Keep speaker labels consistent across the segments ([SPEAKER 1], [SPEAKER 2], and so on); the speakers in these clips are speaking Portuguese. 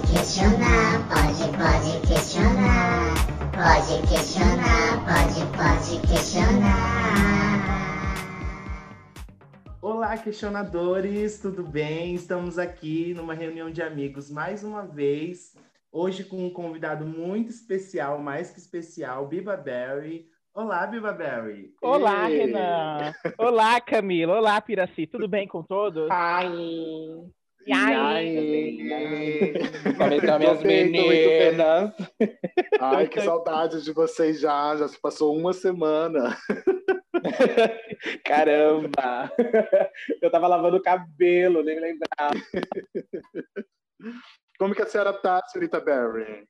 [SPEAKER 1] questionar, pode, pode questionar. Pode questionar, pode, pode questionar.
[SPEAKER 2] Olá, questionadores, tudo bem? Estamos aqui numa reunião de amigos mais uma vez. Hoje com um convidado muito especial, mais que especial, Biba Berry. Olá, Biba Berry.
[SPEAKER 3] Olá,
[SPEAKER 4] Ei.
[SPEAKER 3] Renan. Olá, Camila. Olá, Piraci. Tudo bem com todos?
[SPEAKER 4] Ai!
[SPEAKER 3] E aí?
[SPEAKER 4] Também estão então, minhas
[SPEAKER 5] Vocês estão muito
[SPEAKER 4] meninas.
[SPEAKER 5] Ai, que saudade de vocês já. Já se passou uma semana.
[SPEAKER 4] Caramba! Eu tava lavando o cabelo, nem me lembrava.
[SPEAKER 5] Como que a senhora tá, senhorita Barry?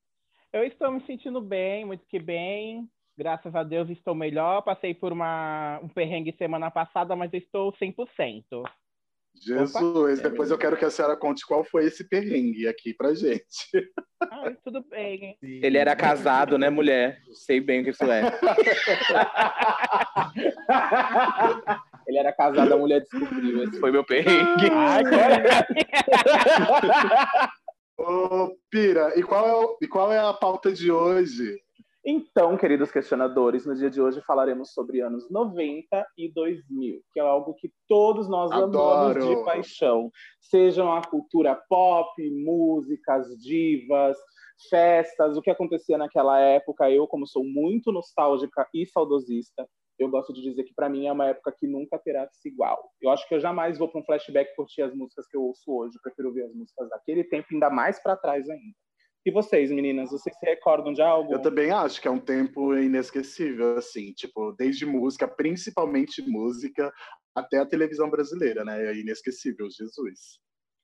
[SPEAKER 3] Eu estou me sentindo bem, muito que bem. Graças a Deus estou melhor. Passei por uma, um perrengue semana passada, mas eu estou 100%.
[SPEAKER 5] Jesus, depois eu quero que a senhora conte qual foi esse perrengue aqui pra gente.
[SPEAKER 3] Ai, tudo bem.
[SPEAKER 4] Ele era casado, né, mulher? Sei bem o que isso é. Ele era casado, a mulher descobriu. Esse foi meu perrengue.
[SPEAKER 3] Ai, agora...
[SPEAKER 5] Ô, Pira, e qual, é o- e qual é a pauta de hoje?
[SPEAKER 4] Então, queridos questionadores, no dia de hoje falaremos sobre anos 90 e 2000, que é algo que todos nós amamos
[SPEAKER 5] Adoro.
[SPEAKER 4] de paixão. Sejam a cultura pop, músicas, divas, festas, o que acontecia naquela época. Eu, como sou muito nostálgica e saudosista, eu gosto de dizer que para mim é uma época que nunca terá se igual. Eu acho que eu jamais vou para um flashback curtir as músicas que eu ouço hoje. Eu prefiro ouvir as músicas daquele tempo, ainda mais para trás ainda. E vocês, meninas, vocês se recordam de algo?
[SPEAKER 5] Eu também acho que é um tempo inesquecível, assim, tipo, desde música, principalmente música, até a televisão brasileira, né? É inesquecível, Jesus.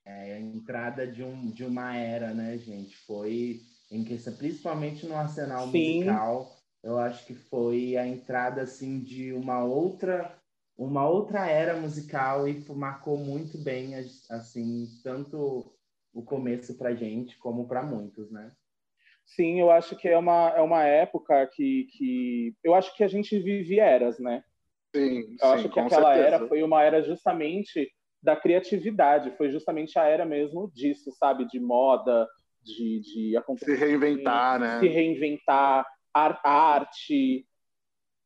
[SPEAKER 2] É, a entrada de, um, de uma era, né, gente? Foi em questão, principalmente no arsenal
[SPEAKER 4] Sim.
[SPEAKER 2] musical, eu acho que foi a entrada assim de uma outra uma outra era musical e marcou muito bem assim tanto o começo pra gente como pra muitos, né?
[SPEAKER 4] Sim, eu acho que é uma, é uma época que, que. Eu acho que a gente vive eras, né?
[SPEAKER 5] Sim,
[SPEAKER 4] Eu
[SPEAKER 5] sim,
[SPEAKER 4] acho que
[SPEAKER 5] com
[SPEAKER 4] aquela
[SPEAKER 5] certeza.
[SPEAKER 4] era foi uma era justamente da criatividade, foi justamente a era mesmo disso, sabe? De moda, de, de
[SPEAKER 5] Se
[SPEAKER 4] acontecer,
[SPEAKER 5] reinventar, né?
[SPEAKER 4] se reinventar, ar- arte.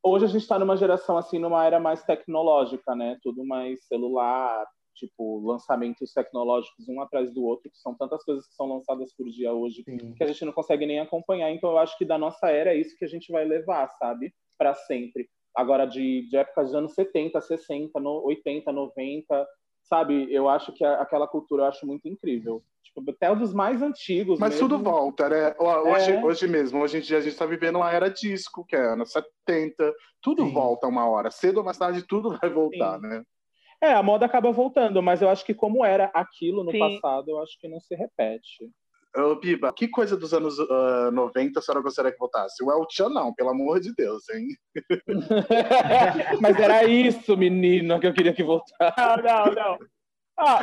[SPEAKER 4] Hoje a gente está numa geração assim, numa era mais tecnológica, né? Tudo mais celular, tipo, lançamentos tecnológicos um atrás do outro, que são tantas coisas que são lançadas por dia hoje
[SPEAKER 2] Sim.
[SPEAKER 4] que a gente não consegue nem acompanhar. Então, eu acho que da nossa era é isso que a gente vai levar, sabe? Para sempre. Agora, de, de épocas dos anos 70, 60, no, 80, 90, sabe? Eu acho que a- aquela cultura eu acho muito incrível. Tipo, até o dos mais antigos.
[SPEAKER 5] Mas
[SPEAKER 4] mesmo.
[SPEAKER 5] tudo volta, né? Ó,
[SPEAKER 4] É.
[SPEAKER 5] Hoje, hoje mesmo, hoje em dia a gente está vivendo uma era disco, que é anos 70. Tudo
[SPEAKER 2] Sim.
[SPEAKER 5] volta uma hora. Cedo ou mais tarde, tudo vai voltar,
[SPEAKER 4] Sim.
[SPEAKER 5] né?
[SPEAKER 4] É, a moda acaba voltando, mas eu acho que como era aquilo no
[SPEAKER 3] Sim.
[SPEAKER 4] passado, eu acho que não se repete.
[SPEAKER 5] Ô, Biba, que coisa dos anos ah, 90 a senhora gostaria que voltasse? O El Chan, não, pelo amor de Deus, hein?
[SPEAKER 4] mas era isso, menina, que eu queria que voltasse.
[SPEAKER 3] Não, não, não. Ó,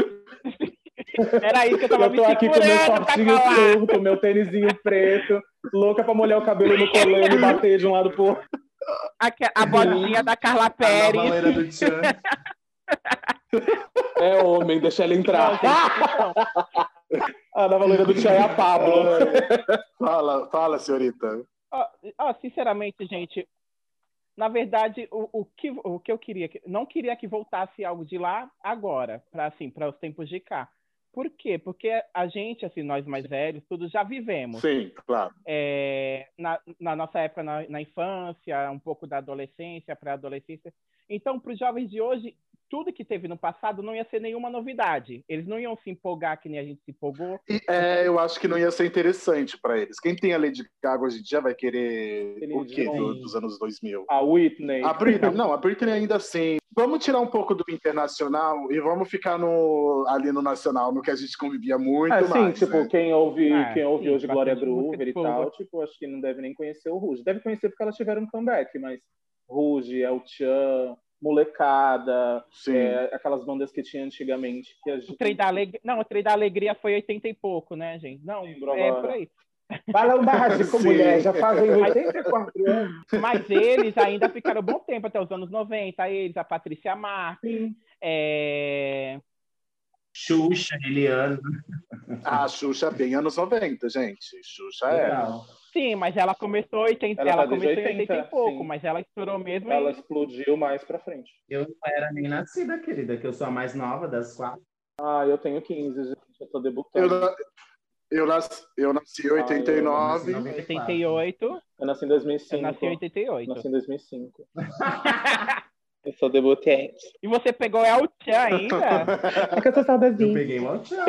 [SPEAKER 3] era isso que eu tava
[SPEAKER 4] Eu
[SPEAKER 3] me
[SPEAKER 4] tô aqui com meu
[SPEAKER 3] segurando pra
[SPEAKER 4] shortinho
[SPEAKER 3] falar.
[SPEAKER 4] curto, meu tênisinho preto, louca pra molhar o cabelo no colando e bater de um lado pro outro.
[SPEAKER 3] Aqui, A bolinha da
[SPEAKER 4] Ah,
[SPEAKER 3] Carla Pérez.
[SPEAKER 2] era do Tchan.
[SPEAKER 4] É homem, deixa ele entrar. A nova loira do Tchai é a Pablo.
[SPEAKER 5] Ai. fala, fala, senhorita.
[SPEAKER 3] Ó, ó, sinceramente, gente, na verdade, o, o que, o que eu queria, que- não queria que voltasse algo de lá agora, para assim, para os tempos de cá. Por quê? Porque a gente, assim, nós mais velhos, tudo já vivemos.
[SPEAKER 5] Sim, claro.
[SPEAKER 3] é, na, na nossa época, na, na infância, um pouco da adolescência, pré-adolescência. Então, para os jovens de hoje, tudo que teve no passado não ia ser nenhuma novidade. Eles não iam se empolgar que nem a gente se empolgou.
[SPEAKER 5] E, é, eu acho que não ia ser interessante para eles. Quem tem a Lady Gaga hoje em dia vai querer
[SPEAKER 4] Ele
[SPEAKER 5] o quê
[SPEAKER 4] vai-
[SPEAKER 5] do- dos anos 2000?
[SPEAKER 4] A Whitney.
[SPEAKER 5] A Britney, não, a Britney ainda assim. Vamos tirar um pouco do internacional e vamos ficar no, ali no nacional, no que a gente convivia muito
[SPEAKER 4] Ah, sim,
[SPEAKER 5] mais.
[SPEAKER 4] tipo,
[SPEAKER 5] né?
[SPEAKER 4] quem ouve,
[SPEAKER 3] Ah,
[SPEAKER 4] quem ouve
[SPEAKER 3] sim,
[SPEAKER 4] hoje Glória
[SPEAKER 3] bastante música
[SPEAKER 4] Groover
[SPEAKER 3] de
[SPEAKER 4] e tal, tipo, acho que não deve nem conhecer o Ruge. Deve conhecer porque elas tiveram um comeback, mas Ruge, El Chan, Molecada,
[SPEAKER 5] Sim.
[SPEAKER 4] é, aquelas bandas que tinha antigamente. Que a
[SPEAKER 3] O
[SPEAKER 4] gente...
[SPEAKER 3] trem da alegria, não, o trem da alegria foi 80 e pouco, né, gente? Não,
[SPEAKER 4] Lembro
[SPEAKER 3] é
[SPEAKER 4] agora.
[SPEAKER 3] por aí.
[SPEAKER 4] Balão Barrachico,
[SPEAKER 5] Sim.
[SPEAKER 4] mulher, já fazem 84 anos.
[SPEAKER 3] Mas eles ainda ficaram um bom tempo até os anos 90, eles, a Patrícia Marques,
[SPEAKER 4] Sim.
[SPEAKER 3] é,
[SPEAKER 2] Xuxa, Eliana.
[SPEAKER 5] Ah, Xuxa bem anos 90, gente. Xuxa é.
[SPEAKER 2] Legal.
[SPEAKER 3] Sim, mas ela começou, 80,
[SPEAKER 4] Ela
[SPEAKER 3] ela
[SPEAKER 4] tá desde
[SPEAKER 3] começou em 80 e
[SPEAKER 4] 80,
[SPEAKER 3] pouco,
[SPEAKER 4] sim.
[SPEAKER 3] mas ela estourou mesmo
[SPEAKER 4] Ela
[SPEAKER 3] em
[SPEAKER 4] explodiu mais pra frente.
[SPEAKER 2] Eu não era nem nascida, querida, que eu sou a mais nova das quatro.
[SPEAKER 4] Ah, eu tenho 15, gente. Eu tô debutando.
[SPEAKER 5] Eu,
[SPEAKER 4] Eu,
[SPEAKER 5] na- eu, nasci, eu nasci em 89.
[SPEAKER 2] eu nasci em
[SPEAKER 3] 88,
[SPEAKER 4] nasci em 2005.
[SPEAKER 3] eu nasci em 88.
[SPEAKER 4] Nasci em 2005. eu sou debutante.
[SPEAKER 3] E você pegou El Tchan ainda?
[SPEAKER 4] É que eu sou
[SPEAKER 2] Eu
[SPEAKER 4] saudazinha.
[SPEAKER 2] peguei o Altian.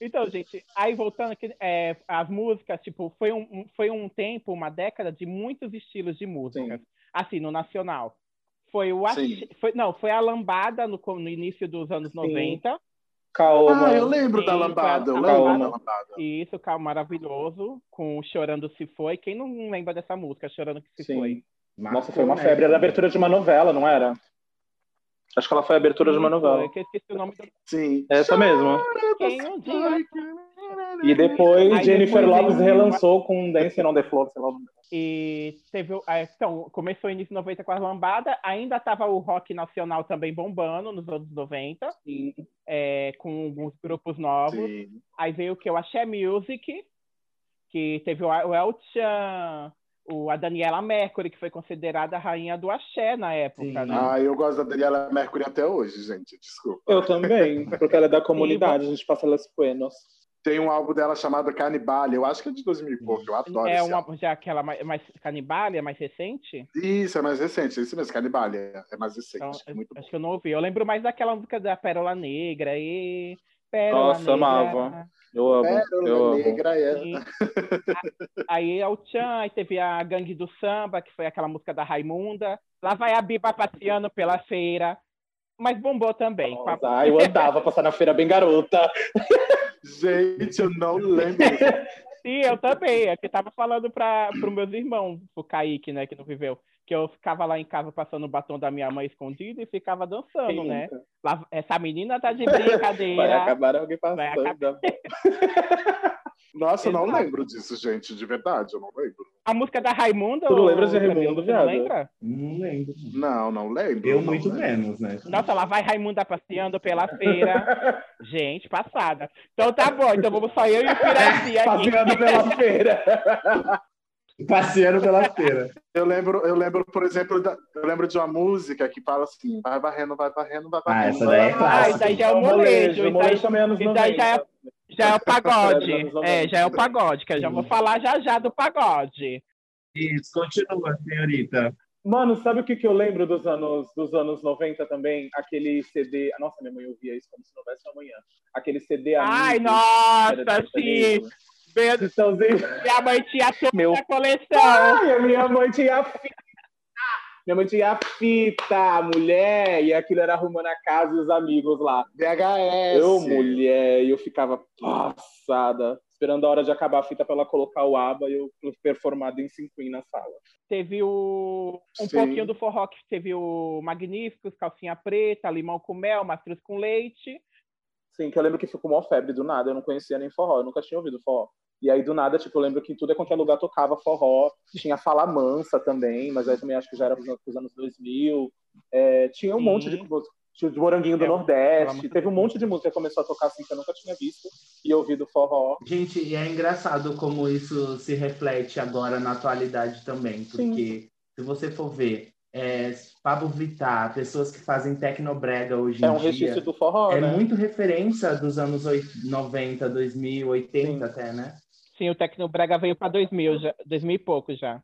[SPEAKER 3] Então, gente, aí voltando aqui, é, as músicas, tipo, foi um, um- foi um tempo, uma década de muitos estilos de música. Assim, no nacional. Foi o axé,
[SPEAKER 5] Sim.
[SPEAKER 3] foi, não, foi a lambada no, co- no início dos anos 90.
[SPEAKER 4] Calma.
[SPEAKER 5] Ah, eu lembro da
[SPEAKER 3] Sim,
[SPEAKER 5] lambada. Eu
[SPEAKER 3] a
[SPEAKER 5] lembro
[SPEAKER 4] lambada.
[SPEAKER 5] da lambada.
[SPEAKER 3] E isso, cara, maravilhoso, com o Chorando Se Foi. Quem não lembra dessa música, Chorando Que Se
[SPEAKER 4] Sim.
[SPEAKER 3] Foi?
[SPEAKER 4] Nossa, foi uma febre. Era a abertura de uma novela, não era? Acho que ela foi a abertura de uma
[SPEAKER 3] Isso,
[SPEAKER 4] novela.
[SPEAKER 3] que eu esqueci o nome do...
[SPEAKER 5] Sim.
[SPEAKER 4] Essa mesma.
[SPEAKER 3] Quem um dia...
[SPEAKER 4] E depois
[SPEAKER 3] Aí
[SPEAKER 4] Jennifer
[SPEAKER 3] depois
[SPEAKER 4] Lopez
[SPEAKER 3] veio-
[SPEAKER 4] relançou com Dancing on the Floor, sei lá.
[SPEAKER 3] E teve. o- ah, Então, começou o início de 90 com a lambada, ainda estava o rock nacional também bombando nos anos 90,
[SPEAKER 4] Sim.
[SPEAKER 3] é, com alguns grupos novos.
[SPEAKER 5] Sim.
[SPEAKER 3] Aí veio o que? O Axé Music, que teve o o El Chan, o, a Daniela Mercury, que foi considerada a rainha do Axé na época,
[SPEAKER 2] Sim.
[SPEAKER 3] né?
[SPEAKER 5] Ah, eu gosto da Daniela Mercury até hoje, gente. Desculpa.
[SPEAKER 4] Eu também, porque ela é da comunidade, a gente passa las penas.
[SPEAKER 5] Tem um álbum dela chamado Canibale. Eu acho que é de 2000 e pouco. Eu adoro
[SPEAKER 3] É
[SPEAKER 5] esse
[SPEAKER 3] uma,
[SPEAKER 5] álbum.
[SPEAKER 3] já aquela mais, mais canibalha, mais recente.
[SPEAKER 5] Isso, é mais recente. Isso mesmo, Canibale. É é mais recente.
[SPEAKER 3] Então, eu-
[SPEAKER 5] Muito bom.
[SPEAKER 4] tipo,
[SPEAKER 3] acho que eu não ouvi. Eu lembro mais daquela música da Pérola Negra e. Pérola
[SPEAKER 4] Nossa,
[SPEAKER 3] Negra.
[SPEAKER 4] amava. Eu amo,
[SPEAKER 3] É,
[SPEAKER 4] eu
[SPEAKER 5] Pérola
[SPEAKER 4] amo.
[SPEAKER 5] Negra é.
[SPEAKER 3] Sim. A- Aí é o Tchan, aí teve a Gangue do Samba, que foi aquela música da Raimunda. Lá vai a Biba passeando pela feira. Mas bombou também. com a-
[SPEAKER 4] Nossa, ai, Ah, eu andava passar na feira bem garota.
[SPEAKER 5] Gente, eu não lembro.
[SPEAKER 3] Sim, eu também. É que eu tava falando para os meus irmãos, o Kaique, né, que não viveu. Que eu ficava lá em casa passando o batom da minha mãe escondido e ficava dançando,
[SPEAKER 4] Quem
[SPEAKER 3] né?
[SPEAKER 4] nunca?
[SPEAKER 3] Lá- essa menina tá de
[SPEAKER 4] Vai
[SPEAKER 3] brincadeira.
[SPEAKER 4] acabar alguém
[SPEAKER 3] Vai
[SPEAKER 4] passando.
[SPEAKER 5] Nossa, eu não
[SPEAKER 3] Exato.
[SPEAKER 5] lembro disso, gente, de verdade, eu não lembro.
[SPEAKER 3] A música da Raimunda.
[SPEAKER 4] Tu não
[SPEAKER 3] ô,
[SPEAKER 4] lembra de
[SPEAKER 3] Gabriel?
[SPEAKER 4] Raimundo,
[SPEAKER 3] Você não
[SPEAKER 4] viado?
[SPEAKER 3] lembra?
[SPEAKER 2] Não lembro.
[SPEAKER 5] Não, não lembro.
[SPEAKER 2] Eu
[SPEAKER 5] não
[SPEAKER 2] muito
[SPEAKER 5] lembro.
[SPEAKER 2] menos, né?
[SPEAKER 3] Nossa, lá vai Raimunda passeando pela feira. Gente, passada. Então tá bom, então vamos só eu e o Piracia aqui.
[SPEAKER 4] Passeando pela feira.
[SPEAKER 2] Passeando pela feira.
[SPEAKER 5] Eu lembro, eu lembro, por exemplo, da- eu lembro de uma música que fala assim: vai varrendo, vai varrendo, vai varrendo.
[SPEAKER 2] essa
[SPEAKER 5] vai
[SPEAKER 2] daí é
[SPEAKER 5] varrendo.
[SPEAKER 3] Ah,
[SPEAKER 2] clássica.
[SPEAKER 3] isso aí já é o molejo.
[SPEAKER 4] O
[SPEAKER 3] Isso aí,
[SPEAKER 4] molejo também é anos
[SPEAKER 3] isso aí
[SPEAKER 4] 90.
[SPEAKER 3] já, é, já é o pagode.
[SPEAKER 4] É, dos anos 90.
[SPEAKER 3] É, já é o pagode, que eu já vou falar já já do pagode.
[SPEAKER 2] Isso, continua, senhorita.
[SPEAKER 4] Mano, sabe o que, que eu lembro dos anos, dos anos 90 também? Aquele CD. Nossa, minha mãe ouvia isso como se não houvesse amanhã. Aquele CD
[SPEAKER 3] Ai,
[SPEAKER 4] Amigos, que era
[SPEAKER 3] nossa,
[SPEAKER 4] de
[SPEAKER 3] sim.
[SPEAKER 4] sertanejo.
[SPEAKER 3] Meu-
[SPEAKER 4] Chitãozinho.
[SPEAKER 3] Minha mãe tinha toda
[SPEAKER 4] Meu
[SPEAKER 3] a coleção.
[SPEAKER 4] Ai, a minha mãe tinha fita. Minha mãe tinha fita, mulher, e aquilo era arrumando a casa e os amigos lá.
[SPEAKER 3] É
[SPEAKER 5] VHS.
[SPEAKER 4] Eu, mulher, e eu ficava passada, esperando a hora de acabar a fita pra ela colocar o aba e eu performado em cinquim na sala.
[SPEAKER 3] Teve o um
[SPEAKER 5] Sim.
[SPEAKER 3] pouquinho do forró que teve o Magníficos, calcinha preta, limão com mel, mastruz com leite.
[SPEAKER 4] Sim, que eu lembro que ficou uma febre do nada, eu não conhecia nem forró, eu nunca tinha ouvido forró. E aí, do nada, tipo, eu lembro que em tudo é quanto é lugar tocava forró, tinha Fala Mansa também, mas aí também acho que já era pros anos- pros anos 2000. É, tinha um
[SPEAKER 3] Sim.
[SPEAKER 4] monte de música, tinha os Moranguinho do
[SPEAKER 3] É, Fala
[SPEAKER 4] Nordeste,
[SPEAKER 3] Mansa
[SPEAKER 4] teve um monte de música que começou a tocar assim que eu nunca tinha visto e ouvido forró.
[SPEAKER 2] Gente, e é engraçado como isso se reflete agora na atualidade também, porque se você for ver, é, Pablo Vittar, pessoas que fazem tecnobrega hoje
[SPEAKER 4] É um
[SPEAKER 2] em dia,
[SPEAKER 4] registro do forró,
[SPEAKER 2] é
[SPEAKER 4] né?
[SPEAKER 2] muito referência dos anos oit- 90, 2000, 80 até, né?
[SPEAKER 3] Sim, o Tecnobrega veio para 2000, já, 2000 e pouco já.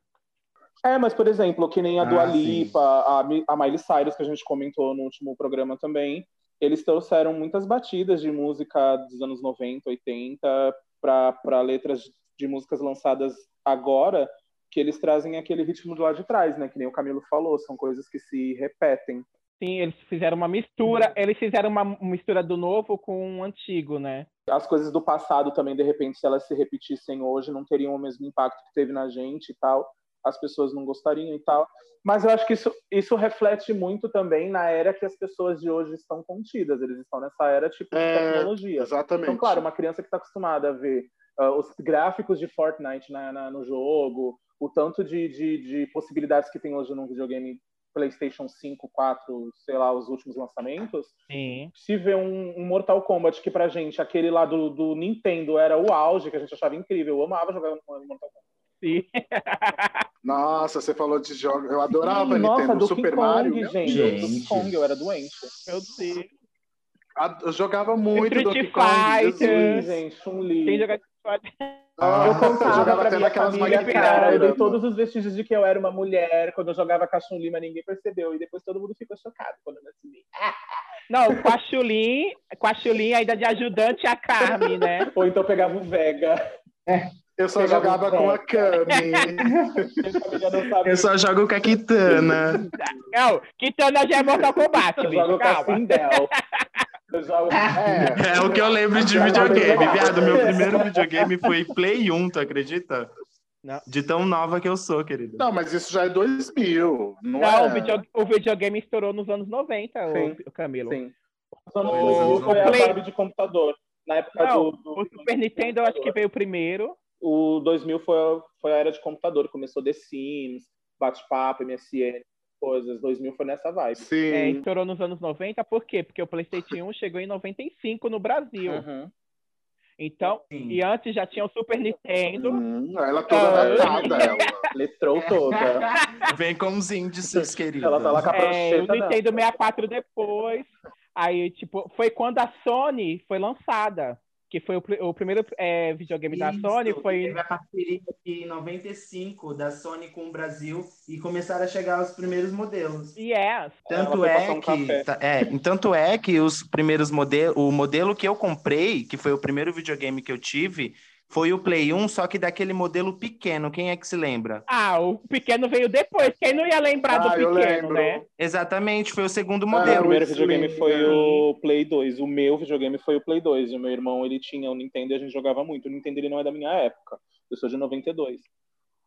[SPEAKER 4] É, mas, por exemplo, que nem a
[SPEAKER 2] Ah,
[SPEAKER 4] Dua
[SPEAKER 2] sim.
[SPEAKER 4] Lipa, a, Mi- a Miley Cyrus, que a gente comentou no último programa também, eles trouxeram muitas batidas de música dos anos 90, 80, para letras de músicas lançadas agora, que eles trazem aquele ritmo de lá de trás, né? Que nem o Camilo falou, são coisas que se repetem.
[SPEAKER 3] Sim, eles fizeram uma mistura, eles fizeram uma mistura do novo com o antigo, né?
[SPEAKER 4] As coisas do passado também, de repente, se elas se repetissem hoje, não teriam o mesmo impacto que teve na gente e tal. As pessoas não gostariam e tal. Mas eu acho que isso, isso reflete muito também na era que as pessoas de hoje estão contidas. Eles estão nessa era tipo de
[SPEAKER 5] É,
[SPEAKER 4] tecnologia.
[SPEAKER 5] Exatamente.
[SPEAKER 4] Então, claro, uma criança que está acostumada a ver ah, os gráficos de Fortnite na- na- no jogo, o tanto de, de- de possibilidades que tem hoje num videogame PlayStation 5, 4, sei lá, os últimos lançamentos,
[SPEAKER 3] Sim.
[SPEAKER 4] se vê um, um Mortal Kombat que pra gente, aquele lá do, do Nintendo era o auge, que a gente achava incrível. Eu amava jogar no Mortal Kombat.
[SPEAKER 3] Sim.
[SPEAKER 5] Nossa, você falou de jogos. Eu adorava
[SPEAKER 4] Sim, nossa,
[SPEAKER 5] Nintendo
[SPEAKER 4] do
[SPEAKER 5] Super
[SPEAKER 4] King
[SPEAKER 5] Mario. né?
[SPEAKER 4] Kong,
[SPEAKER 5] meu
[SPEAKER 4] gente.
[SPEAKER 5] Deus.
[SPEAKER 4] Do King
[SPEAKER 6] Gente.
[SPEAKER 4] Kong, eu era doente.
[SPEAKER 3] Meu Deus.
[SPEAKER 5] Ad- Eu jogava muito
[SPEAKER 3] Street
[SPEAKER 5] Donkey Kong.
[SPEAKER 3] Fighter.
[SPEAKER 4] Sim,
[SPEAKER 5] Jesus.
[SPEAKER 4] gente, Chun-Li.
[SPEAKER 3] Quem joga
[SPEAKER 5] Ah,
[SPEAKER 4] eu contava
[SPEAKER 5] jogava
[SPEAKER 4] pra
[SPEAKER 5] até
[SPEAKER 4] minha
[SPEAKER 5] naquelas
[SPEAKER 4] família,
[SPEAKER 5] maquetes
[SPEAKER 4] cara, eu
[SPEAKER 5] de
[SPEAKER 4] dei
[SPEAKER 5] programa.
[SPEAKER 4] todos os vestígios de que eu era uma mulher quando eu jogava com a Chun-Li, mas ninguém percebeu. E depois todo mundo ficou chocado quando eu nasci.
[SPEAKER 3] Não, com a Chulin, com a Chulin ainda de ajudante a Carmen, né?
[SPEAKER 4] Ou então pegava o Vega.
[SPEAKER 5] Eu só
[SPEAKER 4] Pegava
[SPEAKER 5] jogava
[SPEAKER 4] o
[SPEAKER 5] com a
[SPEAKER 4] pé.
[SPEAKER 5] Cami.
[SPEAKER 4] Minha família não sabe.
[SPEAKER 2] Eu só jogo com a Kitana.
[SPEAKER 3] Não, Kitana já é Mortal Kombat,
[SPEAKER 4] Eu
[SPEAKER 3] bicho,
[SPEAKER 4] jogo com a
[SPEAKER 3] calma.
[SPEAKER 4] Sindel. Eu jogo
[SPEAKER 5] É.
[SPEAKER 2] É o que eu lembro de videogame, viado. Meu primeiro videogame foi Play 1, tu acredita?
[SPEAKER 3] Não.
[SPEAKER 2] De tão nova que eu sou, querida.
[SPEAKER 5] Não, mas isso já é 2000. Não,
[SPEAKER 3] Não,
[SPEAKER 5] é?
[SPEAKER 3] o, video- o videogame estourou nos anos 90,
[SPEAKER 4] Sim.
[SPEAKER 3] o Camilo.
[SPEAKER 4] Sim. Os anos
[SPEAKER 5] O-
[SPEAKER 4] 2000 foi a
[SPEAKER 3] Play-
[SPEAKER 4] Barbie de computador. Na época
[SPEAKER 3] Não,
[SPEAKER 4] do, do-
[SPEAKER 3] O Super Nintendo eu acho que veio primeiro.
[SPEAKER 4] O 2000 foi a, foi a era de computador. Começou The Sims, bate-papo, MSN, coisas. 2000 foi nessa vibe.
[SPEAKER 3] é,
[SPEAKER 5] Sim.
[SPEAKER 3] estourou nos anos 90, por quê? Porque o PlayStation 1 chegou em 95 no Brasil.
[SPEAKER 4] Uhum.
[SPEAKER 3] Então, e antes já tinha o Super Nintendo.
[SPEAKER 5] Hum, ela toda
[SPEAKER 4] Ah,
[SPEAKER 5] adaptada, ela.
[SPEAKER 4] Letrou
[SPEAKER 3] É.
[SPEAKER 4] toda.
[SPEAKER 2] Vem com os índices, querida.
[SPEAKER 4] Ela tá lá com a
[SPEAKER 3] É, o
[SPEAKER 4] prancheta dela.
[SPEAKER 3] Nintendo 64 depois. Aí, tipo, foi quando a Sony foi lançada. Que foi o, pr- o primeiro é, videogame da
[SPEAKER 2] Isso,
[SPEAKER 3] Sony.
[SPEAKER 2] que
[SPEAKER 3] Foi.
[SPEAKER 5] é.
[SPEAKER 2] Teve a parceria aqui em 95 da Sony com o Brasil e começaram a chegar os primeiros modelos.
[SPEAKER 3] Yes.
[SPEAKER 4] Ela
[SPEAKER 2] Tanto
[SPEAKER 4] foi
[SPEAKER 2] é,
[SPEAKER 4] passar um café.
[SPEAKER 2] que, tá- é, em tanto é que os primeiros modelos, o modelo que eu comprei, que foi o primeiro videogame que eu tive, foi o Play 1, só que daquele modelo pequeno. Quem é que se lembra?
[SPEAKER 3] Ah, o pequeno veio depois. Quem não ia lembrar do
[SPEAKER 5] Ah, eu
[SPEAKER 3] pequeno,
[SPEAKER 5] lembro.
[SPEAKER 3] né?
[SPEAKER 2] Exatamente, foi o segundo
[SPEAKER 4] Ah,
[SPEAKER 5] Modelo
[SPEAKER 4] o primeiro
[SPEAKER 5] Slim,
[SPEAKER 4] videogame foi
[SPEAKER 5] né?
[SPEAKER 4] o Play 2. O meu videogame foi o Play 2. E o meu irmão, ele tinha o Nintendo e a gente jogava muito. O Nintendo, ele não é da minha época. Eu sou de 92.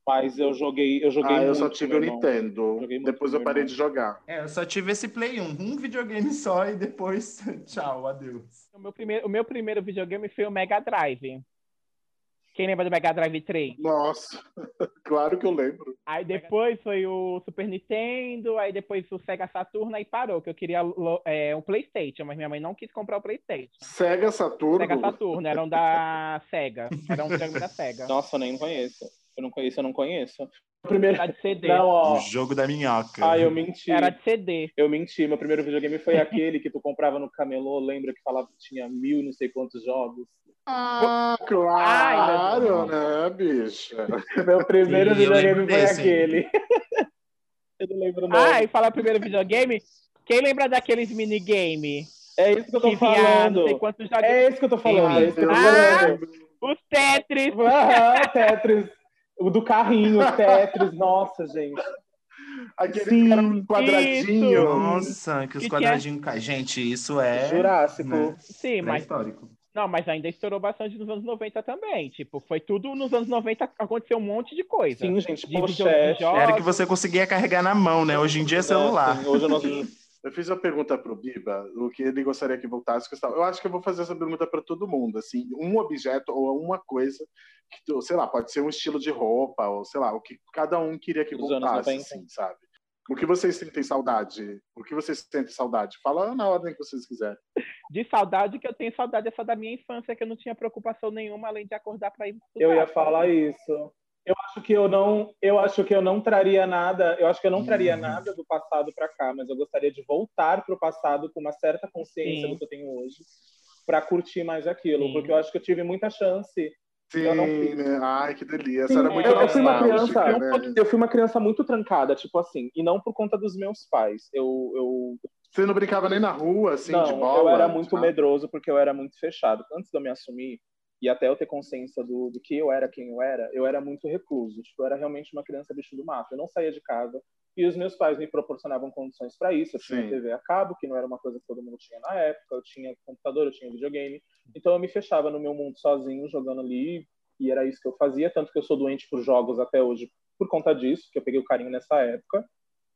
[SPEAKER 4] Mas eu joguei, eu joguei
[SPEAKER 5] Ah, eu
[SPEAKER 4] muito,
[SPEAKER 5] só tive
[SPEAKER 4] meu
[SPEAKER 5] o
[SPEAKER 4] irmão.
[SPEAKER 5] Nintendo.
[SPEAKER 4] Joguei muito,
[SPEAKER 5] Depois eu
[SPEAKER 4] meu
[SPEAKER 5] parei
[SPEAKER 4] irmão.
[SPEAKER 5] de jogar.
[SPEAKER 2] É, eu só tive esse Play 1, um videogame só e depois tchau, adeus.
[SPEAKER 3] O meu primeiro, o meu primeiro videogame foi o Mega Drive. Quem lembra do Mega Drive 3?
[SPEAKER 5] Nossa, claro que eu lembro.
[SPEAKER 3] Aí depois foi o Super Nintendo, aí depois o Sega Saturn, aí parou, que eu queria lo- é, um Playstation, mas minha mãe não quis comprar o Playstation.
[SPEAKER 5] Sega Saturno.
[SPEAKER 3] Sega Saturn, eram da Sega. Era um videogame da Sega.
[SPEAKER 4] Nossa, eu nem conheço. Eu não conheço, eu não conheço. O primeiro...
[SPEAKER 3] Era de CD.
[SPEAKER 4] Não, ó.
[SPEAKER 2] jogo da minhoca.
[SPEAKER 4] Ah, eu menti.
[SPEAKER 3] Era de CD.
[SPEAKER 4] Eu menti. Meu primeiro videogame foi aquele que tu comprava no camelô. Lembra que falava que tinha mil não sei quantos jogos?
[SPEAKER 5] Ah,
[SPEAKER 4] Ah,
[SPEAKER 3] Ai,
[SPEAKER 5] claro, né, bicha?
[SPEAKER 4] Meu
[SPEAKER 2] Sim, eu
[SPEAKER 4] primeiro videogame
[SPEAKER 2] lembro
[SPEAKER 4] foi
[SPEAKER 2] desse.
[SPEAKER 4] aquele. eu não lembro o nome.
[SPEAKER 3] Ah, e falar primeiro videogame, quem lembra daqueles minigame?
[SPEAKER 4] é isso que eu tô
[SPEAKER 3] Que vinha não
[SPEAKER 4] falando.
[SPEAKER 3] sei quantos jogos.
[SPEAKER 4] É isso que eu tô falando. É isso que eu tô
[SPEAKER 3] Ah!
[SPEAKER 4] falando.
[SPEAKER 3] Os Tetris!
[SPEAKER 4] Ah! Aham, Tetris. O do carrinho, Tetris. Nossa, gente.
[SPEAKER 5] Aquele
[SPEAKER 4] Sim,
[SPEAKER 5] que era um quadradinho.
[SPEAKER 2] Nossa, que os
[SPEAKER 3] Que
[SPEAKER 2] quadradinhos caem. Gente, isso é.
[SPEAKER 4] Jurássico.
[SPEAKER 2] né?
[SPEAKER 3] Sim, mas
[SPEAKER 2] Pré-histórico.
[SPEAKER 3] Não, mas ainda estourou bastante nos anos 90 também. Tipo, foi tudo nos anos 90, aconteceu um monte de coisa.
[SPEAKER 4] Sim, gente.
[SPEAKER 3] De
[SPEAKER 4] Pochete.
[SPEAKER 3] videojogos.
[SPEAKER 2] Era que você conseguia carregar na mão, né? Hoje em dia é celular.
[SPEAKER 4] Sim, hoje eu não...
[SPEAKER 5] Eu fiz uma pergunta pro Biba, o que ele gostaria que voltasse. que eu estava- Eu acho que eu vou fazer essa pergunta para todo mundo, assim, um objeto ou uma coisa que, tu- sei lá, pode ser um estilo de roupa ou sei lá, o que cada um queria que
[SPEAKER 4] Dos anos
[SPEAKER 5] voltasse,
[SPEAKER 4] 90.
[SPEAKER 5] assim, sabe? O que vocês sentem saudade? O que vocês sentem saudade? Fala na ordem que vocês quiserem.
[SPEAKER 3] De saudade, que eu tenho saudade essa da minha infância, que eu não tinha preocupação nenhuma além de acordar pra ir estudar.
[SPEAKER 4] Eu ia falar isso. Eu acho que eu não, eu acho que eu não traria nada, eu acho que eu não traria
[SPEAKER 3] Uhum.
[SPEAKER 4] nada do passado para cá, mas eu gostaria de voltar para o passado com uma certa consciência
[SPEAKER 3] Sim.
[SPEAKER 4] do que eu tenho hoje, para curtir mais aquilo,
[SPEAKER 3] Sim.
[SPEAKER 4] porque eu acho que eu tive muita chance.
[SPEAKER 5] Sim,
[SPEAKER 4] Eu não fiz.
[SPEAKER 5] né? Ai, que delícia.
[SPEAKER 4] Sim,
[SPEAKER 5] era muito
[SPEAKER 4] eu, eu fui uma
[SPEAKER 5] nostálgica,
[SPEAKER 4] criança,
[SPEAKER 5] né?
[SPEAKER 4] eu fui uma criança muito trancada, tipo assim, e não por conta dos meus pais. Eu, eu
[SPEAKER 5] Você não brincava nem na rua, assim,
[SPEAKER 4] não,
[SPEAKER 5] de bola? Tipo,
[SPEAKER 4] eu era muito
[SPEAKER 5] sabe?
[SPEAKER 4] medroso porque eu era muito fechado. Antes de eu me assumir e até eu ter consciência do, do que eu era, quem eu era, eu era muito recluso. Tipo, eu era realmente uma criança bicho do mato. Eu não saía de casa e os meus pais me proporcionavam condições para isso. Eu tinha
[SPEAKER 5] Sim.
[SPEAKER 4] TV a cabo, que não era uma coisa que todo mundo tinha na época. Eu tinha computador, eu tinha videogame. Então eu me fechava no meu mundo sozinho, jogando ali. E era isso que eu fazia. Tanto que eu sou doente por jogos até hoje por conta disso, que eu peguei o carinho nessa época.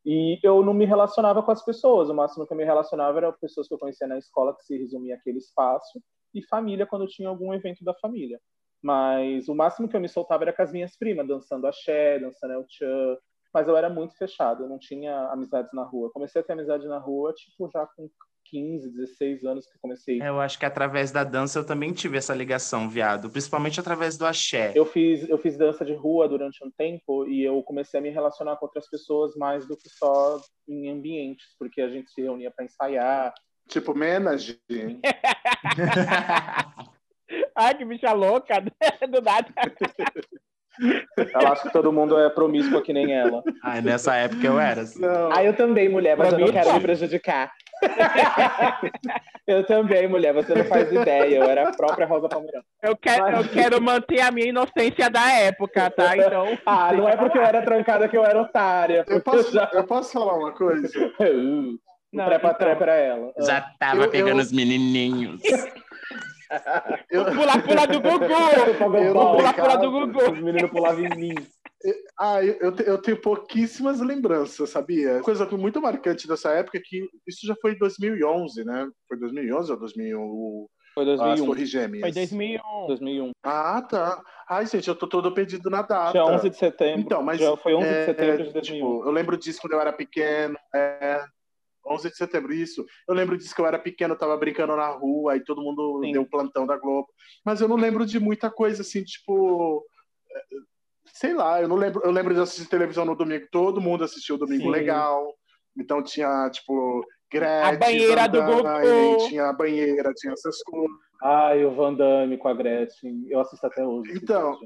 [SPEAKER 4] E eu não me relacionava com as pessoas. O máximo que eu me relacionava era pessoas que eu conhecia na escola, que se resumia aquele espaço, e família quando tinha algum evento da família. Mas o máximo que eu me soltava era com as minhas primas, dançando axé, dançando el-chan, mas eu era muito fechado, eu não tinha amizades na rua. Comecei a ter amizade na rua, tipo, já com 15, 16 anos que eu comecei.
[SPEAKER 2] É, Eu acho que através da dança eu também tive essa ligação, viado. Principalmente através do axé.
[SPEAKER 4] Eu fiz, eu fiz dança de rua durante um tempo e eu comecei a me relacionar com outras pessoas mais do que só em ambientes, porque a gente se reunia para ensaiar.
[SPEAKER 5] Tipo, menage.
[SPEAKER 3] Ai, que bicha louca, do nada.
[SPEAKER 4] Ela acha que todo mundo é promíscuo que nem ela.
[SPEAKER 2] Ai, nessa época eu era. assim.
[SPEAKER 5] Não.
[SPEAKER 4] Ah, eu também, mulher, mas eu não
[SPEAKER 3] Promíscua.
[SPEAKER 4] quero me prejudicar. eu também, mulher, você não faz ideia. Eu era a própria Rosa Palmeirão.
[SPEAKER 3] Eu quero, eu quero manter a minha inocência da época, tá? Então,
[SPEAKER 4] Ah, não é porque eu era trancada que eu era otária.
[SPEAKER 5] Eu
[SPEAKER 4] porque eu
[SPEAKER 5] posso,
[SPEAKER 4] já...
[SPEAKER 5] eu posso falar uma coisa?
[SPEAKER 4] Uh,
[SPEAKER 3] Não,
[SPEAKER 4] o trepa-trepa
[SPEAKER 3] então.
[SPEAKER 4] era ela. Ah.
[SPEAKER 2] Já tava
[SPEAKER 5] Eu- eu-
[SPEAKER 2] pegando os menininhos.
[SPEAKER 5] Eu,
[SPEAKER 3] pula, pula do Gugu!
[SPEAKER 5] Eu
[SPEAKER 4] Pogobol.
[SPEAKER 3] Pula, pula
[SPEAKER 5] brincava.
[SPEAKER 3] do Gugu!
[SPEAKER 4] Os meninos pulavam em mim.
[SPEAKER 5] ah, eu, eu te- eu tenho pouquíssimas lembranças, sabia? Coisa muito marcante dessa época é que isso já foi em 2011, né? Foi 2011 ou 2001?
[SPEAKER 4] Foi
[SPEAKER 5] Ah, As
[SPEAKER 4] 2001.
[SPEAKER 5] Torres Gêmeas.
[SPEAKER 3] Foi 2001.
[SPEAKER 4] 2001.
[SPEAKER 5] Ah, tá. Ai, gente, eu tô todo perdido na data.
[SPEAKER 4] Dia 11 de setembro.
[SPEAKER 5] Então, mas
[SPEAKER 4] Já foi 11
[SPEAKER 5] é,
[SPEAKER 4] de setembro de
[SPEAKER 5] é,
[SPEAKER 4] 2001.
[SPEAKER 5] tipo, eu lembro disso quando eu era pequeno. É, 11 de setembro, isso. Eu lembro disso que eu era pequeno, eu tava brincando na rua e todo mundo
[SPEAKER 4] Sim.
[SPEAKER 5] deu um plantão da Globo. Mas eu não lembro de muita coisa, assim, tipo... é, Sei lá, eu não lembro. Eu lembro de assistir televisão no domingo. Todo mundo assistiu o Domingo
[SPEAKER 4] Sim.
[SPEAKER 5] Legal. Então tinha, tipo, Gretchen,
[SPEAKER 3] A banheira do
[SPEAKER 5] Van Dyne,
[SPEAKER 3] Gugu.
[SPEAKER 5] Tinha a banheira, tinha essas coisas.
[SPEAKER 4] Ai, o Van Damme com a Gretchen. Eu assisto até hoje. esse
[SPEAKER 5] Então,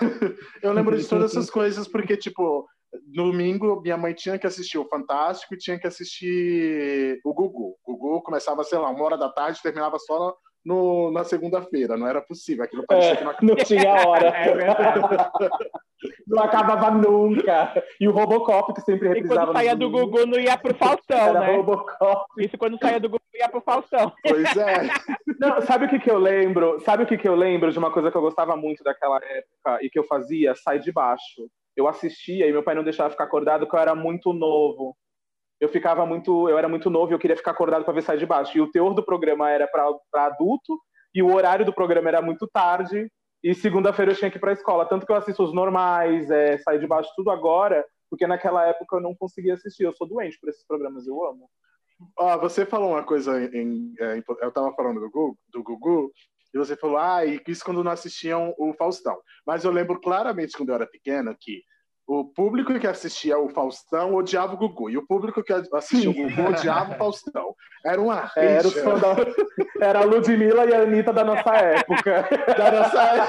[SPEAKER 4] vídeo.
[SPEAKER 5] eu lembro de todas essas coisas porque, tipo, domingo minha mãe tinha que assistir o Fantástico e tinha que assistir o Gugu. O Gugu começava, sei lá, uma hora da tarde, terminava só no- na segunda-feira. Não era possível. Aquilo parecia
[SPEAKER 4] É,
[SPEAKER 5] que não...
[SPEAKER 4] não tinha hora.
[SPEAKER 3] É verdade.
[SPEAKER 4] não acabava nunca. E o Robocop, que sempre
[SPEAKER 3] E
[SPEAKER 4] reprisava.
[SPEAKER 3] quando
[SPEAKER 4] no
[SPEAKER 3] saía do
[SPEAKER 4] domingo,
[SPEAKER 3] Gugu, não ia pro Faustão,
[SPEAKER 4] Era
[SPEAKER 3] né?
[SPEAKER 4] Robocop.
[SPEAKER 3] Isso quando saía do Gugu, ia pro Faustão.
[SPEAKER 5] Pois é.
[SPEAKER 4] Não, sabe o que, que eu lembro? Sabe o que, que eu lembro de uma coisa que eu gostava muito daquela época e que eu fazia? Sai de baixo. Eu assistia e meu pai não deixava ficar acordado porque eu era muito novo. Eu ficava muito, eu era muito novo e eu queria ficar acordado para ver Sai de Baixo. E o teor do programa era para adulto e o horário do programa era muito tarde e segunda-feira eu tinha que ir para escola. Tanto que eu assisto os normais, é, Sai de Baixo tudo agora, porque naquela época eu não conseguia assistir. Eu sou doente por esses programas, eu amo.
[SPEAKER 5] Ó, você falou uma coisa em, é, em- eu tava falando do Gugu, do Gugu, e você falou, ah, e isso quando não assistiam o Faustão. Mas eu lembro claramente quando eu era pequena que o público que assistia o Faustão odiava o Gugu, e o público que assistia o Gugu odiava o Faustão. Era uma rixa
[SPEAKER 4] É, era, o fã da... era a Ludmilla e a Anitta da nossa época.
[SPEAKER 5] da nossa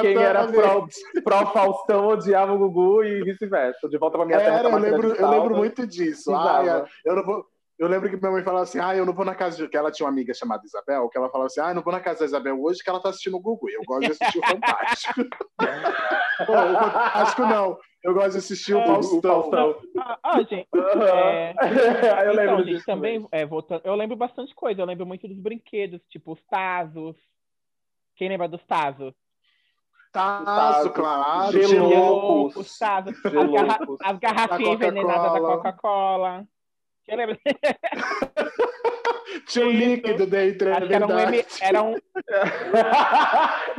[SPEAKER 4] Quem era
[SPEAKER 5] Exatamente.
[SPEAKER 4] pró, pró Faustão odiava o Gugu e vice-versa. De volta pra minha terra.
[SPEAKER 5] Era, É,
[SPEAKER 4] tá
[SPEAKER 5] eu
[SPEAKER 4] mais
[SPEAKER 5] lembro,
[SPEAKER 4] cheia
[SPEAKER 5] eu
[SPEAKER 4] de salva.
[SPEAKER 5] lembro
[SPEAKER 3] né?
[SPEAKER 5] muito disso. Ah,
[SPEAKER 4] Precisava.
[SPEAKER 5] eu não vou. Eu lembro que minha mãe falava assim: ah, eu não vou na casa de. Que ela tinha uma amiga chamada Isabel, que ela falava assim: ah, eu não vou na casa da Isabel hoje que ela tá assistindo o Gugu. Eu gosto de assistir o Fantástico. Bom, o Fantástico não. Eu gosto de assistir
[SPEAKER 3] É,
[SPEAKER 5] o
[SPEAKER 4] O-
[SPEAKER 5] Faustão.
[SPEAKER 4] O Faustão.
[SPEAKER 3] Ah, ah, gente. É,
[SPEAKER 4] Aí eu lembro
[SPEAKER 3] então,
[SPEAKER 4] disso
[SPEAKER 3] gente, também, é, voltando, eu lembro bastante coisa. Eu lembro muito dos brinquedos, tipo os Tazos. Quem lembra dos Tazos?
[SPEAKER 5] Tazo, Tá, claro. um,
[SPEAKER 4] Gelo.
[SPEAKER 5] Gelo.
[SPEAKER 4] Loucos.
[SPEAKER 3] Os Tazos. As,
[SPEAKER 4] Geloucos.
[SPEAKER 3] garra- as garrafinhas
[SPEAKER 5] Da Coca-Cola.
[SPEAKER 3] envenenadas da Coca-Cola. Quem lembra?
[SPEAKER 4] É
[SPEAKER 5] Tinha um líquido dentro, é
[SPEAKER 3] Acho que era um,
[SPEAKER 5] verdade.
[SPEAKER 3] M- era um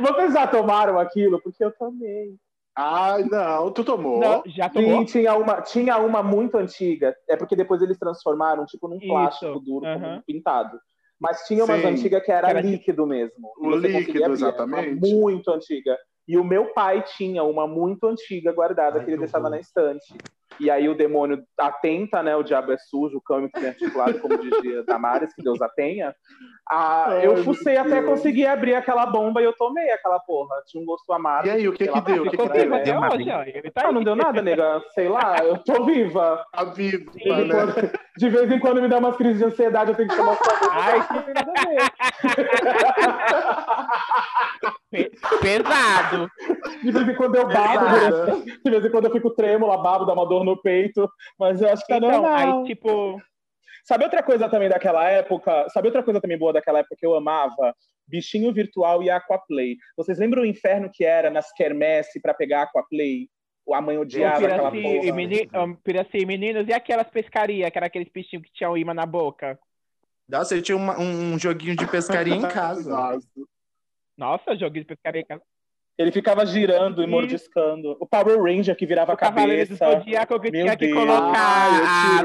[SPEAKER 4] Vocês já tomaram aquilo? Porque eu tomei.
[SPEAKER 5] Ai, não, tu tomou.
[SPEAKER 3] Não, já tomou?
[SPEAKER 4] Sim, tinha uma, tinha uma muito antiga. É porque depois eles transformaram, tipo, num
[SPEAKER 3] Isso,
[SPEAKER 4] plástico duro, como
[SPEAKER 3] aham.
[SPEAKER 4] pintado. Mas tinha umas
[SPEAKER 5] Sim.
[SPEAKER 4] antigas que era
[SPEAKER 3] Era tipo-
[SPEAKER 4] líquido mesmo.
[SPEAKER 5] O
[SPEAKER 4] Você conseguia
[SPEAKER 5] líquido,
[SPEAKER 4] abrir,
[SPEAKER 5] exatamente.
[SPEAKER 4] Era uma muito antiga. E o meu pai tinha uma muito antiga guardada
[SPEAKER 2] Ai,
[SPEAKER 4] que ele
[SPEAKER 2] que
[SPEAKER 4] deixava
[SPEAKER 2] horror.
[SPEAKER 4] na estante. E aí o demônio atenta, né? O diabo é sujo, o câmbio que tem articulado, como dizia Damares, que Deus a tenha. Ah,
[SPEAKER 5] Ai,
[SPEAKER 4] eu
[SPEAKER 5] meu
[SPEAKER 4] fucei até
[SPEAKER 5] Deus.
[SPEAKER 4] conseguir abrir aquela bomba e eu tomei aquela porra. Tinha um gosto amargo.
[SPEAKER 5] E aí, o que que
[SPEAKER 4] Ela
[SPEAKER 5] deu? O que
[SPEAKER 3] Ficou
[SPEAKER 5] que
[SPEAKER 4] Ficou
[SPEAKER 3] vivo
[SPEAKER 5] deu?
[SPEAKER 4] viva
[SPEAKER 3] até
[SPEAKER 2] Deu uma
[SPEAKER 3] hoje,
[SPEAKER 2] briga.
[SPEAKER 3] ó. Ele tá
[SPEAKER 4] Ah,
[SPEAKER 3] aí.
[SPEAKER 4] não deu nada, nega. Sei lá, eu tô viva.
[SPEAKER 5] Tá vivo,
[SPEAKER 4] De vez, em
[SPEAKER 5] né?
[SPEAKER 4] quando, de vez em quando me dá umas crises de ansiedade, eu tenho que chamar o Flamengo.
[SPEAKER 3] Ai,
[SPEAKER 4] Não tem nada a ver.
[SPEAKER 3] pesado.
[SPEAKER 4] De vez em quando eu babo, né?
[SPEAKER 5] Exato.
[SPEAKER 4] de vez em quando eu fico trêmula, babo, dá uma dor no peito. Mas eu acho que tá
[SPEAKER 3] Então,
[SPEAKER 4] normal.
[SPEAKER 3] aí, tipo,
[SPEAKER 4] Sabe outra coisa também daquela época? Sabe outra coisa também boa daquela época que eu amava? Bichinho Virtual e Aquaplay. Vocês lembram o inferno que era nas quermesse pra pegar Aquaplay? A mãe odiava
[SPEAKER 2] Piraci
[SPEAKER 4] aquela né?
[SPEAKER 3] Piraci e,
[SPEAKER 4] porra.
[SPEAKER 3] meni... ah, Piraci e meninos, e aquelas pescarias, que era aqueles peixinhos que tinham imã na boca?
[SPEAKER 2] Nossa, eu tinha uma- um, um joguinho de pescaria em casa.
[SPEAKER 5] Exato.
[SPEAKER 3] Nossa, joguei de pescaria. em casa.
[SPEAKER 4] Ele ficava girando e
[SPEAKER 3] Sim.
[SPEAKER 4] mordiscando. O Power Ranger que virava a
[SPEAKER 3] o Cavaleiro do
[SPEAKER 4] cabeça.
[SPEAKER 3] Zodíaco que
[SPEAKER 4] Meu
[SPEAKER 3] tinha que
[SPEAKER 4] Deus.
[SPEAKER 5] Ah, eu
[SPEAKER 3] colocar
[SPEAKER 5] tiro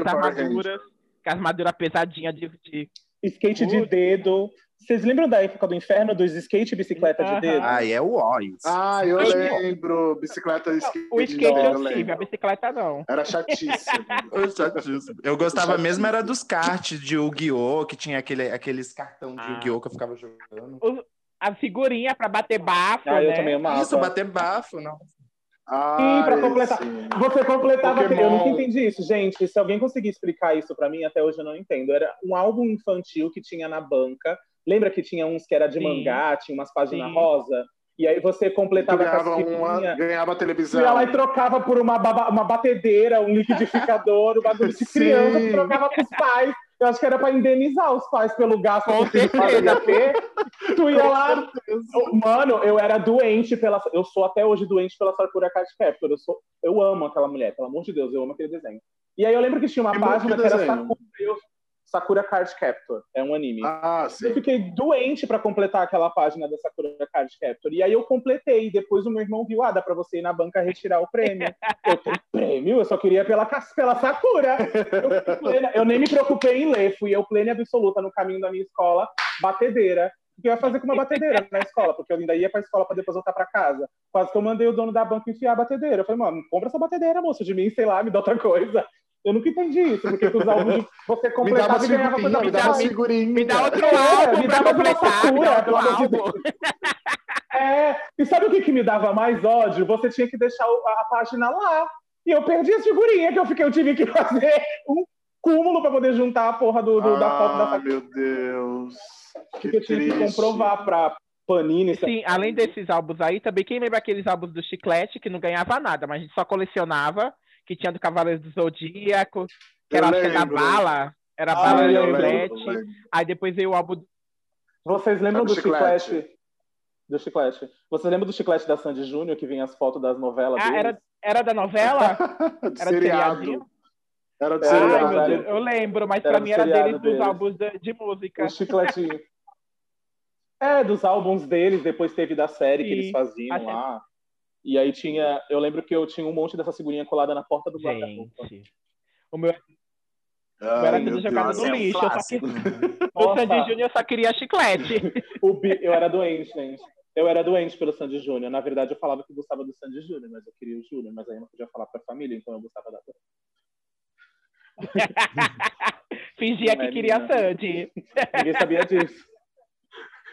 [SPEAKER 3] as
[SPEAKER 5] Power Ranger.
[SPEAKER 3] armaduras, com as armaduras pesadinhas de, de-
[SPEAKER 4] Skate de
[SPEAKER 3] Putz.
[SPEAKER 4] dedo. Vocês lembram da época do inferno dos skate e bicicleta de
[SPEAKER 3] Aham.
[SPEAKER 4] dedo?
[SPEAKER 6] Ah, é o óis.
[SPEAKER 5] Ah, eu
[SPEAKER 3] Ai,
[SPEAKER 5] lembro. Bicicleta skate.
[SPEAKER 3] O skate é
[SPEAKER 4] é
[SPEAKER 5] não,
[SPEAKER 3] eu tive, a bicicleta não.
[SPEAKER 5] Era chatíssimo.
[SPEAKER 6] Eu já disse. Eu gostava mesmo era dos karts de Yu-Gi-Oh! que tinha aquele, aqueles cartão de
[SPEAKER 3] Ah.
[SPEAKER 6] Yu-Gi-Oh! que eu ficava jogando.
[SPEAKER 3] A figurinha pra bater bafo,
[SPEAKER 4] Ah, eu
[SPEAKER 3] né?
[SPEAKER 4] também amava.
[SPEAKER 6] Isso, bater bafo, não.
[SPEAKER 5] Ah,
[SPEAKER 4] pra completar.
[SPEAKER 5] esse.
[SPEAKER 4] Você completava. Eu
[SPEAKER 5] Pokémon.
[SPEAKER 4] nunca entendi isso, gente. Se alguém conseguir explicar isso pra mim, até hoje eu não entendo. Era um álbum infantil que tinha na banca. Lembra que tinha uns que era de
[SPEAKER 3] Sim.
[SPEAKER 4] mangá, tinha umas páginas
[SPEAKER 3] Sim.
[SPEAKER 4] rosa? E aí você
[SPEAKER 5] Tu
[SPEAKER 4] completava com
[SPEAKER 5] ganhava, uma,
[SPEAKER 4] as figurinhas.
[SPEAKER 5] ganhava
[SPEAKER 4] E ela
[SPEAKER 5] televisão.
[SPEAKER 4] e trocava por uma, baba- uma batedeira, um liquidificador, um bagulho de
[SPEAKER 5] Sim.
[SPEAKER 4] criança que trocava pros pais. Eu acho que era pra indenizar os pais pelo gasto
[SPEAKER 3] Com
[SPEAKER 4] que o filho fazia ter. Tu ia
[SPEAKER 5] Com
[SPEAKER 4] lá. Eu- Mano, eu era doente pela. Eu sou até hoje doente pela Sakura Card Captor. Eu, sou... eu amo aquela mulher, pelo amor de Deus, eu amo aquele desenho. E aí eu lembro que tinha uma
[SPEAKER 5] Que
[SPEAKER 4] página
[SPEAKER 5] bom que
[SPEAKER 4] que era
[SPEAKER 5] desenho.
[SPEAKER 4] Sakura, eu- Sakura Card Captor. É um anime.
[SPEAKER 5] Ah,
[SPEAKER 4] Eu
[SPEAKER 5] sim.
[SPEAKER 4] fiquei doente pra completar aquela página da Sakura Card Captor. E aí eu completei. Depois o meu irmão viu, ah, dá pra você ir na banca retirar o prêmio. Eu tenho prêmio, eu só queria pela, cas- pela Sakura. Eu, fui plena- eu nem me preocupei em ler, fui eu plena e absoluta no caminho da minha escola, batedeira. O que eu ia fazer com uma batedeira na escola? Porque eu ainda ia pra escola pra depois voltar pra casa. Quase que eu mandei o dono da banca enfiar a batedeira. Eu falei, mano, compra essa batedeira, moço, de mim, sei lá, me dá outra coisa. Eu nunca entendi isso, porque os alunos de- você
[SPEAKER 5] Me dava
[SPEAKER 4] completava e ganhava coisa
[SPEAKER 5] figurinha, me
[SPEAKER 4] pra
[SPEAKER 5] dava
[SPEAKER 4] você.
[SPEAKER 5] figurinha.
[SPEAKER 3] Me dá outro
[SPEAKER 4] É,
[SPEAKER 3] álbum
[SPEAKER 4] me
[SPEAKER 3] pra
[SPEAKER 4] dá mais uma
[SPEAKER 3] completar, me
[SPEAKER 4] fatura,
[SPEAKER 3] dá
[SPEAKER 4] pelo
[SPEAKER 3] outro
[SPEAKER 4] amor de
[SPEAKER 3] álbum.
[SPEAKER 4] É, e sabe o que, que me dava mais ódio? Você tinha que deixar o- a, a página lá. E eu perdi as figurinhas que eu fiquei, eu tive que fazer um cúmulo pra poder juntar a porra do, do- da foto da
[SPEAKER 5] Ah,
[SPEAKER 4] fatura.
[SPEAKER 5] meu Deus. Que
[SPEAKER 4] Porque eu tive que
[SPEAKER 5] triste.
[SPEAKER 4] comprovar pra Panini.
[SPEAKER 3] Sim, além desses álbuns aí, também quem lembra aqueles álbuns do Chiclete que não ganhava nada, mas a gente só colecionava, que tinha do Cavaleiro do Zodíaco, que
[SPEAKER 5] Eu
[SPEAKER 3] era, acho que era
[SPEAKER 5] lembro.
[SPEAKER 3] bala, era
[SPEAKER 4] Ah,
[SPEAKER 3] bala de
[SPEAKER 4] eu lembro,
[SPEAKER 3] chiclete. Aí depois veio o álbum do
[SPEAKER 4] Vocês lembram do
[SPEAKER 5] Sabe o
[SPEAKER 4] chiclete?
[SPEAKER 5] chiclete?
[SPEAKER 4] Do chiclete. Vocês lembram do chiclete da Sandy Júnior, que vinha as fotos das novelas
[SPEAKER 3] Ah,
[SPEAKER 4] dele?
[SPEAKER 3] era, era da novela?
[SPEAKER 5] Do
[SPEAKER 3] Era do seriadinho?
[SPEAKER 5] seriado. Era do
[SPEAKER 4] Ai,
[SPEAKER 3] Ai,
[SPEAKER 5] seriado.
[SPEAKER 3] meu Deus, eu lembro, mas
[SPEAKER 4] Era
[SPEAKER 3] pra
[SPEAKER 4] do
[SPEAKER 3] mim era
[SPEAKER 4] seriado
[SPEAKER 3] deles dos
[SPEAKER 4] deles.
[SPEAKER 3] álbuns de, de música.
[SPEAKER 4] O chicletinho. é, dos álbuns deles, depois teve da série que
[SPEAKER 3] Sim,
[SPEAKER 4] eles faziam
[SPEAKER 3] a série.
[SPEAKER 4] lá. E aí tinha. Eu lembro que eu tinha um monte dessa figurinha colada na porta do guarda-roupa.
[SPEAKER 3] Gente. O meu
[SPEAKER 5] Ai,
[SPEAKER 3] era
[SPEAKER 5] meu
[SPEAKER 3] tudo jogado
[SPEAKER 5] Deus.
[SPEAKER 3] no
[SPEAKER 6] é um
[SPEAKER 3] lixo. eu só
[SPEAKER 6] clássico.
[SPEAKER 3] queria- O
[SPEAKER 4] Nossa.
[SPEAKER 3] Sandy Júnior só queria chiclete.
[SPEAKER 4] O Bi- Eu era doente, gente. Eu era doente pelo Sandy Júnior. Na verdade, eu falava que gostava do Sandy Júnior, mas eu queria o Júnior, mas aí eu não podia falar pra família, então eu gostava da.
[SPEAKER 3] Fingia que
[SPEAKER 4] Não é,
[SPEAKER 3] queria
[SPEAKER 4] menina.
[SPEAKER 3] Sandy.
[SPEAKER 4] Ninguém sabia disso.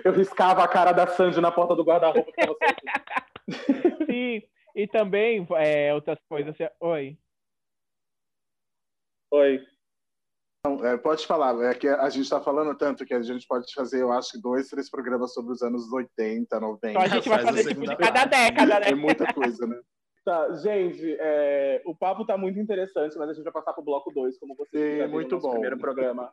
[SPEAKER 4] Eu riscava a cara da Sandy na porta do guarda-roupa. assim, que tava solto.
[SPEAKER 3] Sim. E também é, outras coisas. assim, Oi.
[SPEAKER 4] Oi.
[SPEAKER 5] Não, é, pode falar, é que a gente está falando tanto que a gente pode fazer, eu acho, que dois, três programas sobre os anos 80, 90.
[SPEAKER 3] Então a gente vai
[SPEAKER 6] Faz a
[SPEAKER 3] fazer tipo de
[SPEAKER 6] segunda
[SPEAKER 3] cada década, né?
[SPEAKER 5] É muita coisa, né?
[SPEAKER 4] Tá, gente, é, o papo tá muito interessante, mas a gente vai passar pro bloco 2, como vocês
[SPEAKER 5] Sim,
[SPEAKER 4] viram no
[SPEAKER 5] muito
[SPEAKER 4] nosso
[SPEAKER 5] bom.
[SPEAKER 4] primeiro programa.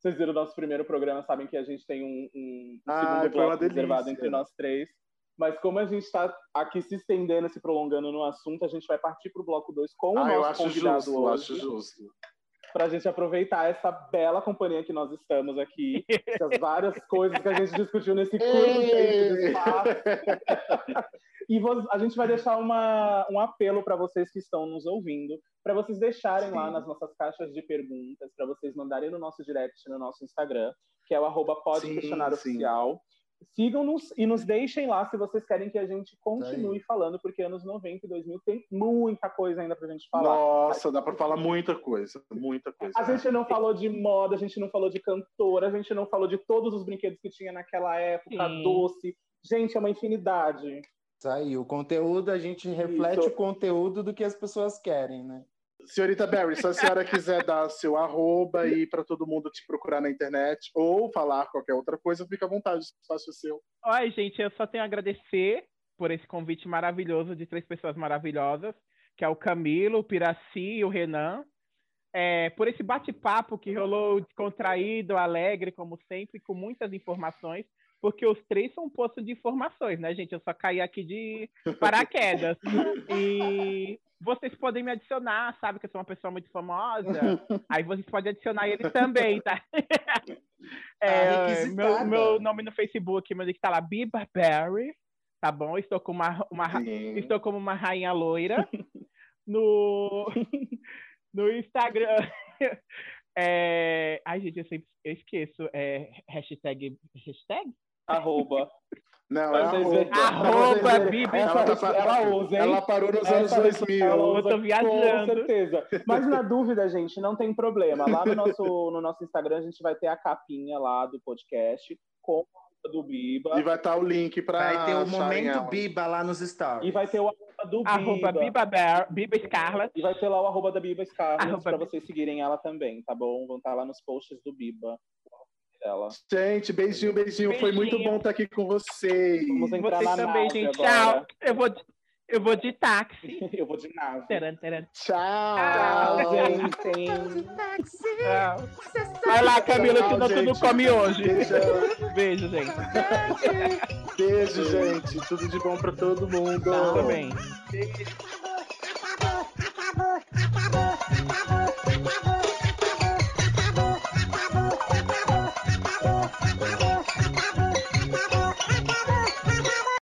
[SPEAKER 4] Vocês viram o nosso primeiro programa, sabem que a gente tem um, um
[SPEAKER 5] Ai,
[SPEAKER 4] segundo
[SPEAKER 5] Ah, foi uma
[SPEAKER 4] bloco reservado
[SPEAKER 5] delícia.
[SPEAKER 4] entre nós três. Mas como a gente está aqui se estendendo, se prolongando no assunto, a gente vai partir pro bloco 2 com o
[SPEAKER 5] Ah, eu
[SPEAKER 4] Um nosso
[SPEAKER 5] acho
[SPEAKER 4] convidado
[SPEAKER 5] justo, eu acho
[SPEAKER 4] hoje,
[SPEAKER 5] justo.
[SPEAKER 4] para a gente aproveitar essa bela companhia que nós estamos aqui, essas várias coisas que a gente discutiu nesse curto tempo de
[SPEAKER 5] Ei!
[SPEAKER 4] espaço. E vo- a gente vai deixar uma- um apelo para vocês que estão nos ouvindo, para vocês deixarem
[SPEAKER 5] Sim.
[SPEAKER 4] lá nas nossas caixas de perguntas, para vocês mandarem no nosso direct, no nosso Instagram, que é o arroba
[SPEAKER 5] Sim,
[SPEAKER 4] podquestionaroficial. Sigam-nos e nos deixem lá se vocês querem que a gente
[SPEAKER 5] Tá
[SPEAKER 4] continue falando, porque anos 90 e 2000 tem muita coisa ainda pra gente falar.
[SPEAKER 5] Nossa, dá para falar muita coisa, muita coisa.
[SPEAKER 4] A gente não falou de moda, a gente não falou de cantora, a gente não falou de todos os brinquedos que tinha naquela época,
[SPEAKER 3] Sim.
[SPEAKER 4] doce. Gente, é uma infinidade.
[SPEAKER 6] Isso aí, o conteúdo, a gente reflete o conteúdo do que as pessoas querem, né?
[SPEAKER 5] Senhorita Barry, se a senhora quiser dar seu arroba e para todo mundo te procurar na internet ou falar qualquer outra coisa, fica à vontade, o espaço é seu.
[SPEAKER 3] Ai, gente, eu só tenho a agradecer por esse convite maravilhoso de três pessoas maravilhosas, que é o Camilo, o Piraci e o Renan. É, por esse bate-papo que rolou descontraído, alegre, como sempre, com muitas informações, porque os três são um poço de informações, né, gente? Eu só caí aqui de paraquedas. E vocês podem me adicionar, sabe que eu sou uma pessoa muito famosa. Aí vocês podem adicionar ele também, tá? É,
[SPEAKER 6] requisitada.
[SPEAKER 3] meu, meu nome no Facebook, meu link tá lá, Biba Berry. tá bom? Estou com uma, uma ra-
[SPEAKER 5] Sim.
[SPEAKER 3] estou como uma rainha loira. No, no Instagram. É, ai, gente, eu sempre eu esqueço. É, hashtag. Hashtag?
[SPEAKER 4] Arroba.
[SPEAKER 5] Não, é
[SPEAKER 4] Pra vocês verem-
[SPEAKER 5] arroba.
[SPEAKER 3] Arroba, é
[SPEAKER 5] Pra vocês verem.
[SPEAKER 3] Bibi.
[SPEAKER 4] É
[SPEAKER 5] Ela, tá pa-
[SPEAKER 4] Ela usa, hein?
[SPEAKER 5] ela parou nos anos
[SPEAKER 4] Essa
[SPEAKER 5] 2000.
[SPEAKER 4] ela
[SPEAKER 3] Eu tô
[SPEAKER 4] usa, Com
[SPEAKER 3] viajando.
[SPEAKER 4] certeza. Mas na dúvida, gente, não tem problema. Lá no nosso, no nosso Instagram a gente vai ter a capinha lá do podcast com a roupa do Biba.
[SPEAKER 5] E vai estar o link pra.
[SPEAKER 6] Vai
[SPEAKER 2] um
[SPEAKER 6] ter o
[SPEAKER 5] acharem
[SPEAKER 6] momento
[SPEAKER 5] ela.
[SPEAKER 6] biba lá nos stories.
[SPEAKER 4] Ah, E vai ter o arroba do Biba.
[SPEAKER 3] Arroba Biba, Bear, Biba Scarlett.
[SPEAKER 4] E vai ter lá o arroba da Biba Scarlett
[SPEAKER 3] Arroba
[SPEAKER 4] pra
[SPEAKER 3] Biba.
[SPEAKER 4] vocês seguirem ela também, tá bom? Vão estar lá nos posts do Biba. o arroba Dela.
[SPEAKER 5] Gente, beijinho, beijinho. Foi muito
[SPEAKER 3] Beijinho.
[SPEAKER 5] bom estar aqui com vocês.
[SPEAKER 4] Vamos entrar
[SPEAKER 3] Vocês
[SPEAKER 4] na
[SPEAKER 3] também,
[SPEAKER 4] nave
[SPEAKER 3] gente.
[SPEAKER 4] agora.
[SPEAKER 3] Tchau. Eu vou, de- eu vou de táxi.
[SPEAKER 4] Eu vou de nave.
[SPEAKER 3] Taran, taran,
[SPEAKER 5] Tchau.
[SPEAKER 4] Tchau, gente.
[SPEAKER 3] tchau. Vai lá, Camila,
[SPEAKER 5] Tchau,
[SPEAKER 3] que nós tudo
[SPEAKER 5] gente.
[SPEAKER 3] come hoje.
[SPEAKER 5] Beijão.
[SPEAKER 3] Beijo, gente.
[SPEAKER 5] Beijo, gente. Tudo de bom pra todo mundo.
[SPEAKER 3] Tudo Também.
[SPEAKER 1] acabou, acabou, acabou, acabou, acabou.